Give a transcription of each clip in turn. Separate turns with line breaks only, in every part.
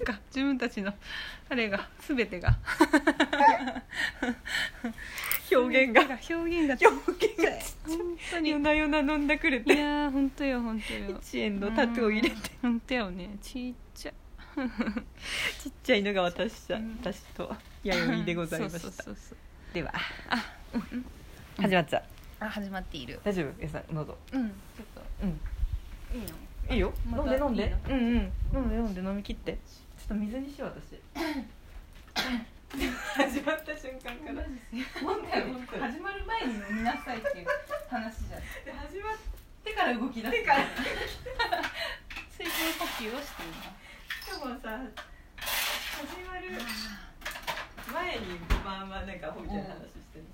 か自分たちのあれが全てが
表現
表現
が
が
表現が
本当にい
夜な夜な飲んだくれて
やー本当よ本当よ
1円のタトゥーを入れて
うん本当よねちっちゃ
ちっちゃいのが私さ
うん
私と弥生でございま
そう
し
そう
た
そうそう
では
うん
始まった
あ始まっている
大丈夫えさん喉
うんちょっ
うん
といいの
いいよ
ま
飲ん
た
で飲んで
い
うんうん飲んで飲んで飲み切ってちょっと水にしよう 私始まった瞬間から
本当よ本当よ始まる前に飲みなさいっていう話じゃん
で始まっ
手から動き出す
てから
水分補給をしています
しかもさ始まる前にまあまあなんかほみたいな話してる、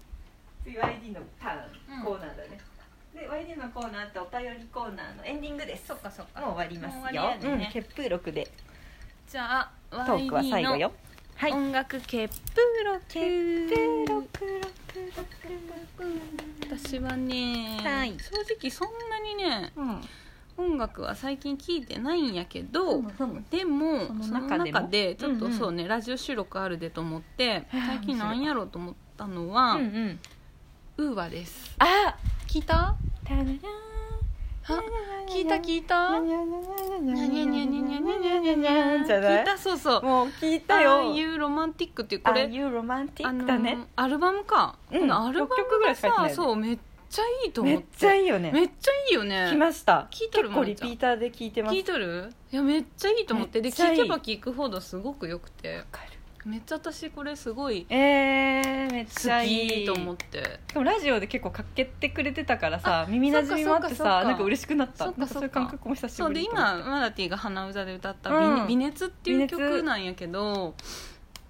次 YD のターン、
うん
コーナーだねで YD のコーナーとお便りコーナーのエンディングです
そっかそっか
もう終わりますよ
もう終わりやね
うん、結風録で
じゃあ
トークは最後
YD の
よはい
音楽ケップロケ私はね、
はい
正直そんなにね
うん
音楽は最近聴いてないんやけど、
そうも
でも
そ
そ
の
の
中でも
中でちょっ
う
と
んうん
そうね、ラジオ収録あるでと思って
はあ
最近なんやろうと思ったの
う
は、
んうん
ウーバーです
あ
聞いた
たらら
あ聞いた聞い
た
た
にゃにゃ
にゃ
に
に
ゃ
ゃ
に
に
ゃ
ゃ
に
に
ゃ
ゃ
に
に
ゃ
ゃ
に
にゃにゃに
ゃにゃにゃ
ゃ
じゃない
聞いたそうそう
もう聞い
あ
た
あ
よ
いうロマンティックっていうこ
ああ
れ
いうロマンティ
あ
ッ
の
クだね
アルバムか、
うん
このアルバ
六曲
ム
ぐらい
が
しか入ってない
さ
よ
そ
ね
うめっちゃいいと
め
思っ
っちゃ
て
いいよね
めっちゃいいよね
来ました
聞いとる
結
も
構
ん
リピーターで聞いてます
聞いとるいやめっちゃいいと思って
め
で
っちゃいい
聞けば聞くほどすごくよくて
わかる
めっちゃ私これすごい
えー、めっちゃ
好
い
き
い
と思って
でもラジオで結構かけてくれてたからさ耳なじみもあっ
そっかそ
て
っ
さ
か
なんか嬉しくなっ
そ
たな
っ
ん
か
かそういう感覚も久し
そ
ぶ
うで
り
今マダティが花歌で歌った
う
「
ん
微熱」ってい
微
う
熱
曲なんやけど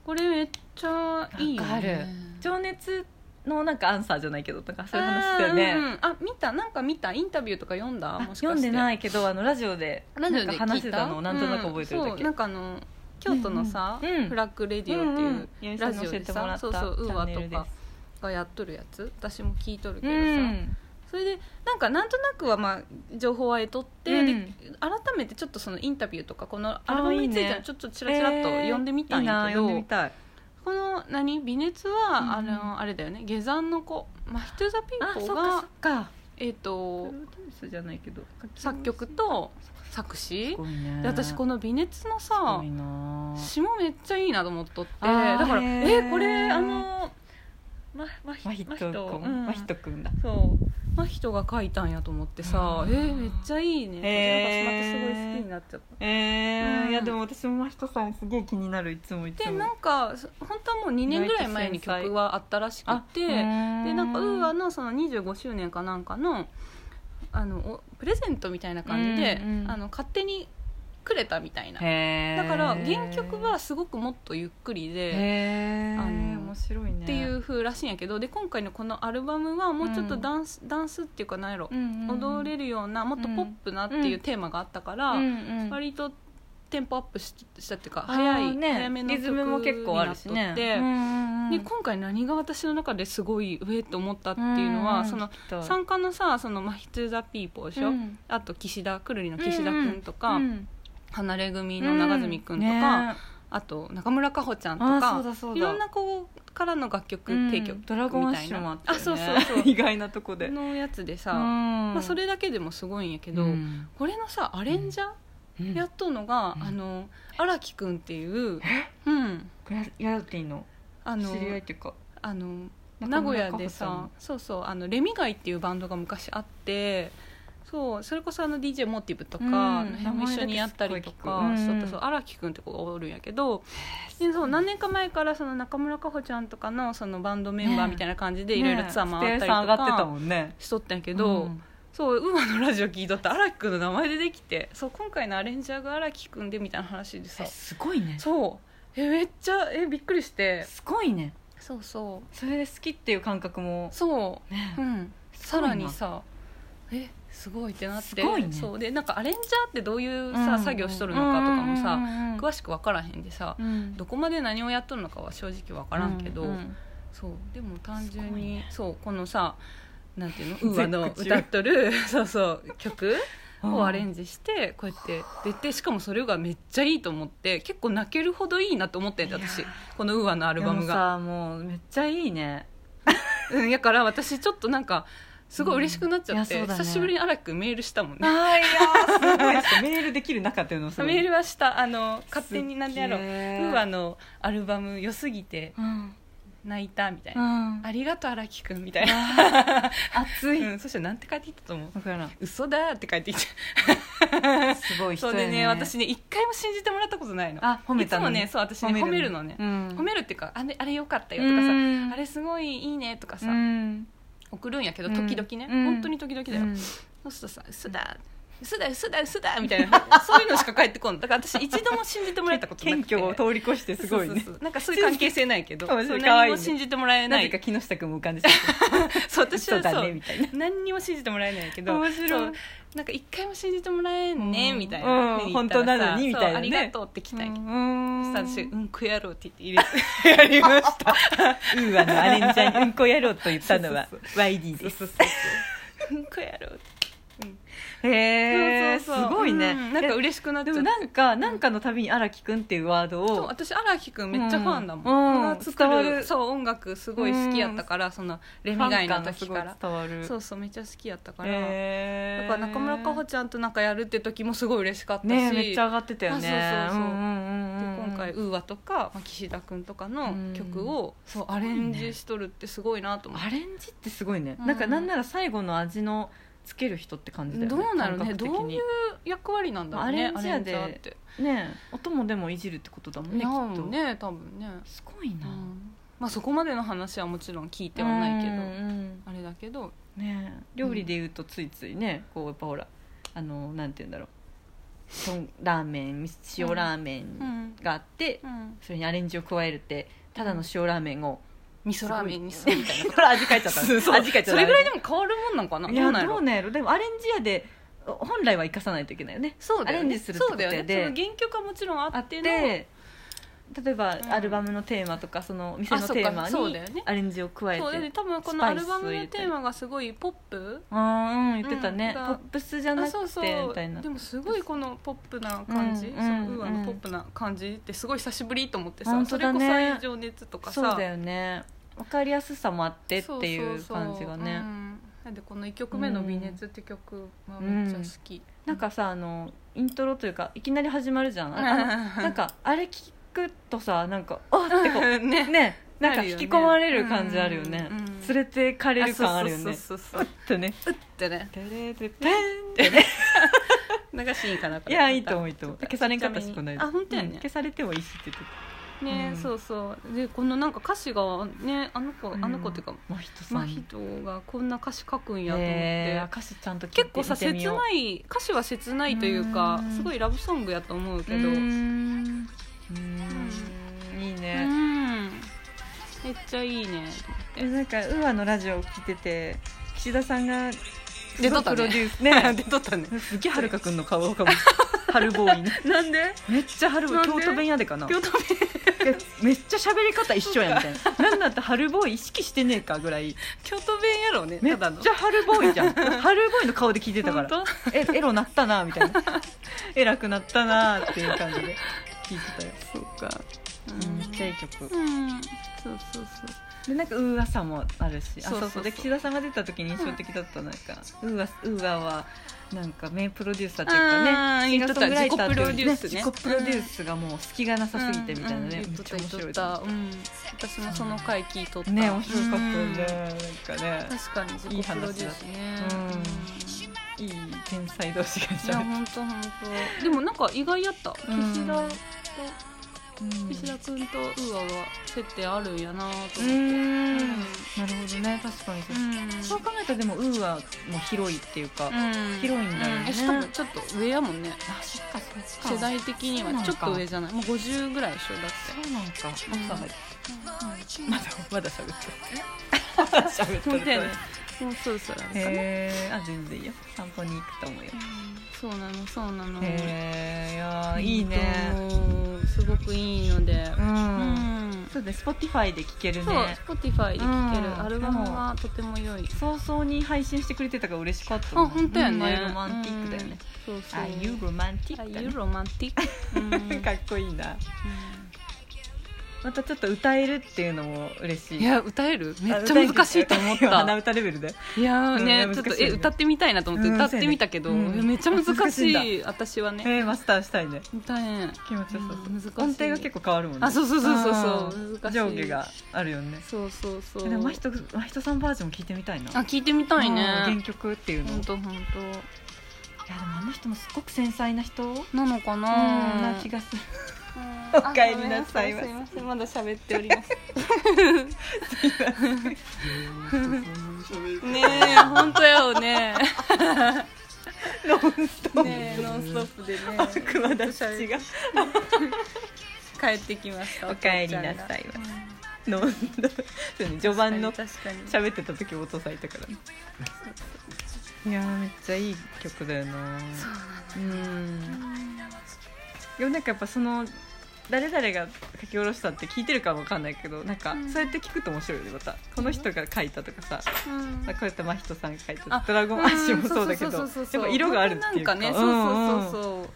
これめっちゃいいよ
わかる
ね
情熱のなんかアンサーじゃないけどとかそういう話
あ
だよね、
ーうんあ見たなんか見たインタビューとか読んだ
あ
もしかして
読んでないけどあのラジオで
ラジオで
なんか話してたのをなんとなく覚えてるだ
うんそ
け、
うなんかあの京都のさ、
うんうん
フラッグレディオっていう、
うんうん
ラジオで
教えてもら
さ
った
そうそうウーア
チャンネル
と
です
かがやっとるやつ私も聞いとるけ
う
どさ、
ん
それでなんかなんとなくはまあ情報は得とって、
うん
で改めてちょっとそのインタビューとかこのアルバムについ
あーいい
て
ね
はちょっとちらちらっと読んでみたんやけど、
えーいいな読んでみたい
この何微熱は、
うん
あのあれだよね下山の子マヒトゥ・ザ・ピ
あ
ン
そ
コ
っかそ
が
っか
えっ、
プロ
と
デュースじゃないけど
作曲と作
す
詞
ごいね
で私こ
の
の微熱のさ、
すごいな
詩もめっちゃいいなと思っとってだ
あー
から
へ
え
ー
これあのままひ
マヒットく
うんん
マヒットくんだ
そうまひとが書いたんやと思ってさ
う
え
ん
ーめっちゃいいねこ
へー
れなんかまたすごい好きになっちゃっ
えー
うん
いやでも私もマヒトさんすげえ気になるいつもいつ
たで
も
なんかそ本当はもう2年ぐらい前に曲はあったらしくて
で
でなんかウーア
の
のその25周年かなんかのあのおプレゼントみたいな感じで、
うんうん
あの勝手にくれたみたいな
へ
だ
ー
から原曲はすごくもっとゆっくりで。
へ
あの
ー面白いね
っていう風らしいんやけどで今回のこのアルバムはもうちょっとダンス,、ダンスっていうか何やろ、踊れ
る
るようなもっとポップなっていうテーマがあったから、割とテンポアップししたっていうか早い、早めの曲
リズムも結構あるし
にな
ね
っとって、で今回何が私の中ですごい上と思ったっていうのは、その参加のさそのマヒトゥ・ザ・ピーポーでしょ、あと岸田くるりの岸田くんとか、離れ組の長住くんとか、あと中村佳穂ちゃんと
あ
か
そうだそうだ
いろんな子からの楽曲提供みたいな、
ドラゴンアッシュもあったよ
あそうそう そう
意外なとこで
のやつでさ、
ま
まあ、それだけでもすごいんやけ
け
ど、これのさアレンジャーやっとんのが、
うん
あの荒木くんっていう
え、
うん、
ヤドティの
あの
知り合いっていうか
あの名
中
古
村
屋
佳
で
穂さん
さそうそうあのレミガイっていうバンドが昔あってそうそれこそあの DJ モティブとか、
うん
あの辺も一緒にやったりと
名
か
前だけすっごい聞くうん
そうそう荒木君って子がおるんやけどでそう何年か前からその中村佳穂ちゃんとかのそのバンドメンバーみたいな感じでいろいろツアー回ったりと
ねステージさん上がってた
か
もんね
しとったんやけど、
うん
そうウーマのラジオ聞いとった荒木君の名前出てきてそう今回のアレンジャーが荒木君でみたいな話でさ
えすごいね
そうえめっちゃえびっくりして
すごいね
そうそう
それで好きっていう感覚も
そう
ね
うん、
す
さ
ごいな
らにさえすごいってなって
すごいね
そうでなんかアレンジャーってどういうさ、
うん
作業しとるのかとかもさ、
うんうんうん
詳しく分からへんでさ、
うん
どこまで何をやっとるのかは正直分からんけど、
ううん
そうでも単純
すごい
に、
ね
そうこのさなんていうのウーアの
絶句中
歌っとるそうそう曲をアレンジしてこうやって出てしかもそれがめっちゃいいと思って結構泣けるほどいいなと思ってんだ私
いや
このウーアのアルバムが。
でもさもうめっちゃいいね
うんやから私ちょっとなんかすごい嬉しくなっちゃって、
うんいやそうだね
久しぶりに荒木君メールしたもん
あ
ね
いや
すごいですメールできる中っていうのすごい
メールはしたあの勝手に何でやろう
すっ
「
げー
ウーアのアルバム良すぎて
うん
泣いた」みたいうな「
ん
ありがとう荒木君」みたいな、
熱い
うん、そしたらなんて書いていったと思う
わからん
嘘だーって書いてきた
すごい 人
そ
や
うでね私ね一回も信じてもらったことないの
あ褒めたの
いつも
ね
ねそう私ね褒めるのね、褒
褒
めるっていうかあれあれよかったよとかさ、あ
れ
れすごいいいねとかさ、
うん
送るんやけど
うん
時々ね、
うん
本当に時々だよ、
うん
そうするとさ「嘘だ嘘だ嘘だ嘘だ」みた いなそういうのしか返ってこんだから私一度も信じてもらえたことなく
謙
て
虚を通り越してすごいね
そうそうそうなんかそういう関係性ないけど
面白い
そう
可愛いね
何も信じてもらえな
ないぜか木下君も浮かんでしま
そう 私は
嘘だ
そ
ね
う
みたいな
何にも信じてもらえないけど
面白い
そうなんか一回も信じてもらえんね
うん
みたいな、
うん
見に行ったら
本
さ
当なのにみたいなね
そうありがとうって来たんやけど、そしたら私「うんこ野郎」って 言って入
うやりました ウーアのアレンジャーにうんこやろうと言ったのは YD
れて「
です
そうそうそううんこ野郎」って
へえす
そうそうそう
ごいね
うんなんか嬉しくなっち
で
ゃ
も
っ
なんかなんかのたびに荒木くんっていうワード
そう
を
私荒木君めっちゃファンだも
うん
ん、
うん
が作
伝わ
る
る
そう音楽すごい好きやったから、そのレミガイの時か
ファン
ら
感がすごい伝わる
そうそうめっちゃ好きやったから、
へ
だ
ー
から中村佳穂ちゃんとなんかやるって時もすごい嬉しかったし、
ねえめっちゃ上がってたよね
あそうそうそうん
ん
で
んうん
今回「ウーアとか、まあ、岸田君とかの曲を、そうアレンジしとるってすごいなと思って、
アレンジってすごいね、
うん
なんかなんなら最後の味のつける人って感じだよね
どうなるね
感覚的
どう
に
いう役割なんだろうね
アレンジやで
アレンジャーって
ねえ音もでもいじるってことだもんねき
な
っと
んね多分ね、
すごいな、
うんまあ、そこまでの話はもちろん聞いてはないけど、
うんうん
あれだけど
ねえ料理で言うとついついねこうやっぱほらあのなんて言うんだろうとんラーメン塩ラーメ
う
ン
ん、
があって、
うん、
それにアレンジを加えるってただの塩ラーメンを
味噌ラーメンにす
すご
る
い
みたいな
これ味変えちゃった
そうそう
味変えちゃっ
そ
た
れぐらいでも変わるもんなんかないど
や
うなんや
ど
ろ
うなんやろでもアレンジやで本来は生かさないといけないよね
そうだよね
アレンジするってことやで
そうだよねその原曲はもちろんあ
あ
っ
ってて
の
例えば
うん
アルバムのテーマとかその店
あ
の
そっ
テ
か
ーマ
そうだよね
にアレンジを加えて
そうだよね多分こ
ス
の
パ
ア
イス
ルバムのテーマがすごいポップ
あーうん言ってたね、
うん
ポップスじゃな
あ
くて
そうそう
みたいな
でもすごいこのポップな感じ、
うん
その
うん
ウーアのポップな感じってすごい久しぶりと思ってさ、
本
そ
当
れ
だ
こ
ね
そ「愛情熱」とかさ
そうだよね分かりやすさもあってっていう
そそ
感じがね
そうんなんでこの1曲目の「微熱」って曲はめっちゃ好き、
なんかさあのイントロというかいきなり始まるじゃ んああのなんかあれ聞くとさなんか「あっ!」っ てこう
ね
ねなん
な
か
るよ
引
ね
き込まれる感じあるよね
うんうん
連れてかれる感あるよ
そう
ね
そうそうそう
とね
うってね
テレテペンってね
流しいいかなこ
い
れ
やいいと思ういい と思う消されんかった
ち
し
なみに
この間
あ本当やね
うん消されてもいいしって言って
ね、
うん
そうそうでこのなんか歌詞がねあの子、
た
あの子っていうか
マヒトさん
真人がこんな歌詞書くんやと思って、
えー歌詞ちゃんと聞いて
結構さ
見て
切
みよう
ない歌詞は切ないというか
うん
すごいラブソングやと思うけど
うー
うん
んうーんいいね
めっちゃいいね
えなんかウーアのラジオを聞いてて岸田さんが
出とったね
プロ デュ ース
出とったね
ねすげえはるかくんの顔 かも春ボーイの
なんで
めっちゃ春ボー
なん
イ京
で
都弁やでかな
京都弁
めっちゃ喋り方一緒やみたいななんだって春ボーイ意識してねえかぐらい
京都弁やろうね
め
た
っち
だ
ゃ
の
春ボーイじゃ ん春ボーイの顔で聞いてたか
本
ら
当
えエロなったなみた いな偉くなったなっていう感じで聞いてたよ
そうか
うんめっちゃいい曲
うん、うん、そうそうそう
でなんかウーアさもあるしあ
そ
そう
そ
うそうう
そう
で岸田さんが出た時に印象的だったなんか、ウーアウーアはなんか名プロデューサーっていうか
うん
ねシンガーソングライターっていう
言っとった自己プロデュースね
自己プロデュースがもう隙がなさすぎてみたいなね、
うんうん
めっちゃ面白
言っ
い
とった言
と
っとったうん私もその回聞いとった
思うね面白かったね、
うん
なんかね
確かに自己プロデュースね
いい話だ
うん
いい天才同士が
い
し
や
ゃべっ
本当本当でもなんか意外やった
うん
岸田と
うん
岸田君とウーアは接点あるんやなと
う
思って
ん
うん
なるほどね確かに、そう考えたらでもウーアも広いっていうか、
うん
広いんだよね
うえしかもちょっと上やもんね
あそっかそっか
世代的に
そうな
は
の
ち
か
ょっと上じゃないもう50ぐらいでしょだって
そうなん
う
か、
ん
まだまだまだ喋ってる喋って
み
る
たいな もうそろそろあれかな
へえあ全然いいよ散歩に行くと思うよ
そうなのそうなの
へえいやーいいね
うんすごくいいので
うん、
うん
そうね Spotify で聴ける
そう
ね
Spotify で聴け
うん
るアルバムはとても良い
早々に配信してくれてたから嬉しかった
あ本当やね
マイロマンティックだよね
そうそう
あユーロマンティッ
あ
クだ
ユ
ね
ーロマンティック うん
かっこいいなまたちょっと歌えるっていうのも嬉しい
いや歌えるめっちゃ難 しいと思っ
鼻
た
歌レベルで
いやーね
うん
ちょっと
難しいよ
え
ね
歌ってみたいなと思って
うん
歌ってみたけど
そうやねうん
いやめっちゃ難
難し
し
い
い私はね
えーマスターしたいね
歌えん
気持ちよさそう
うん難しい
音程が結構変わるもんね
あそうそうそうそうそうん難しい
上下があるよね
そうそうそう
でも真人真人さんバージョン聞いてみたいな
あ聞いてみたい
うん原
ね
曲っていうのい
本
やでも
当本
あの人もすごく繊細な人
当なのかな
な気がする
うん
お帰りなさい
あごめんなさすいませんまだ喋っておりますねえ本当やよね
ノンスト
ねえノンストップでね
ップ熊田氏が
帰ってきました
お帰りなさいはノンストップそうね序
序
盤の
確かに
喋ってた時お父さんいたからいやーめっちゃいい曲だよなうんでもなんかやっぱその誰々が書き下ろしたって聞いてるかわかんないけどなんか
うん
そうやって聞くと面白いよねまたこの人が書いたとかさ
うん
こうやって真人さんが書いた
あ
「ドラゴンアッシュ」もそうだけど
そ
や
う
っ
そうそうそう
ぱ色があるっていうか
なんかねそうそう
う
そ
んうん
う
っ
そう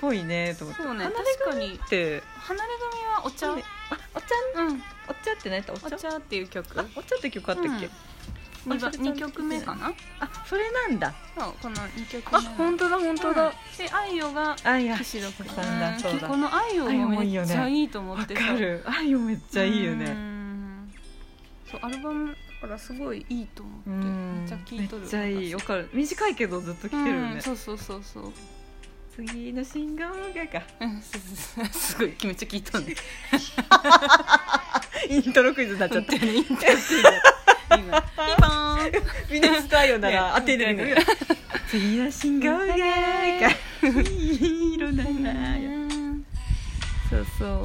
ぽいねと思って
そうね
離れ
確かに
って
離れ組はお茶う
ねあお茶
ん
お茶って何やったお
お
茶
茶っていう曲
あお茶って曲あったっけ、
二番
あそれちゃんと
二曲目かな
あそれなんだ
そうこの二曲目
あ本当だ本当だ、
であいよが
あいや
岸田さん
さんだそうだ
このあいよがめっちゃいいと思
わ
って
かるあいよめっちゃいいよ
う
ね
んそうアルバムからすごいいいと思って
うん
めっちゃ聴いとる
めっちゃいいわかる短いけどずっと聴けるよ
う
ね
ん、そうそうそうそう
次の信号がか
うんそうそうそうすごいめっちゃ聴いとんね
イントロクイズになっちゃっ
本
て
当にインタビューで今ピンポーン
みんな伝えような
ね
ら当ててる
ね
ね 次の信号が かいい色だな
そうそう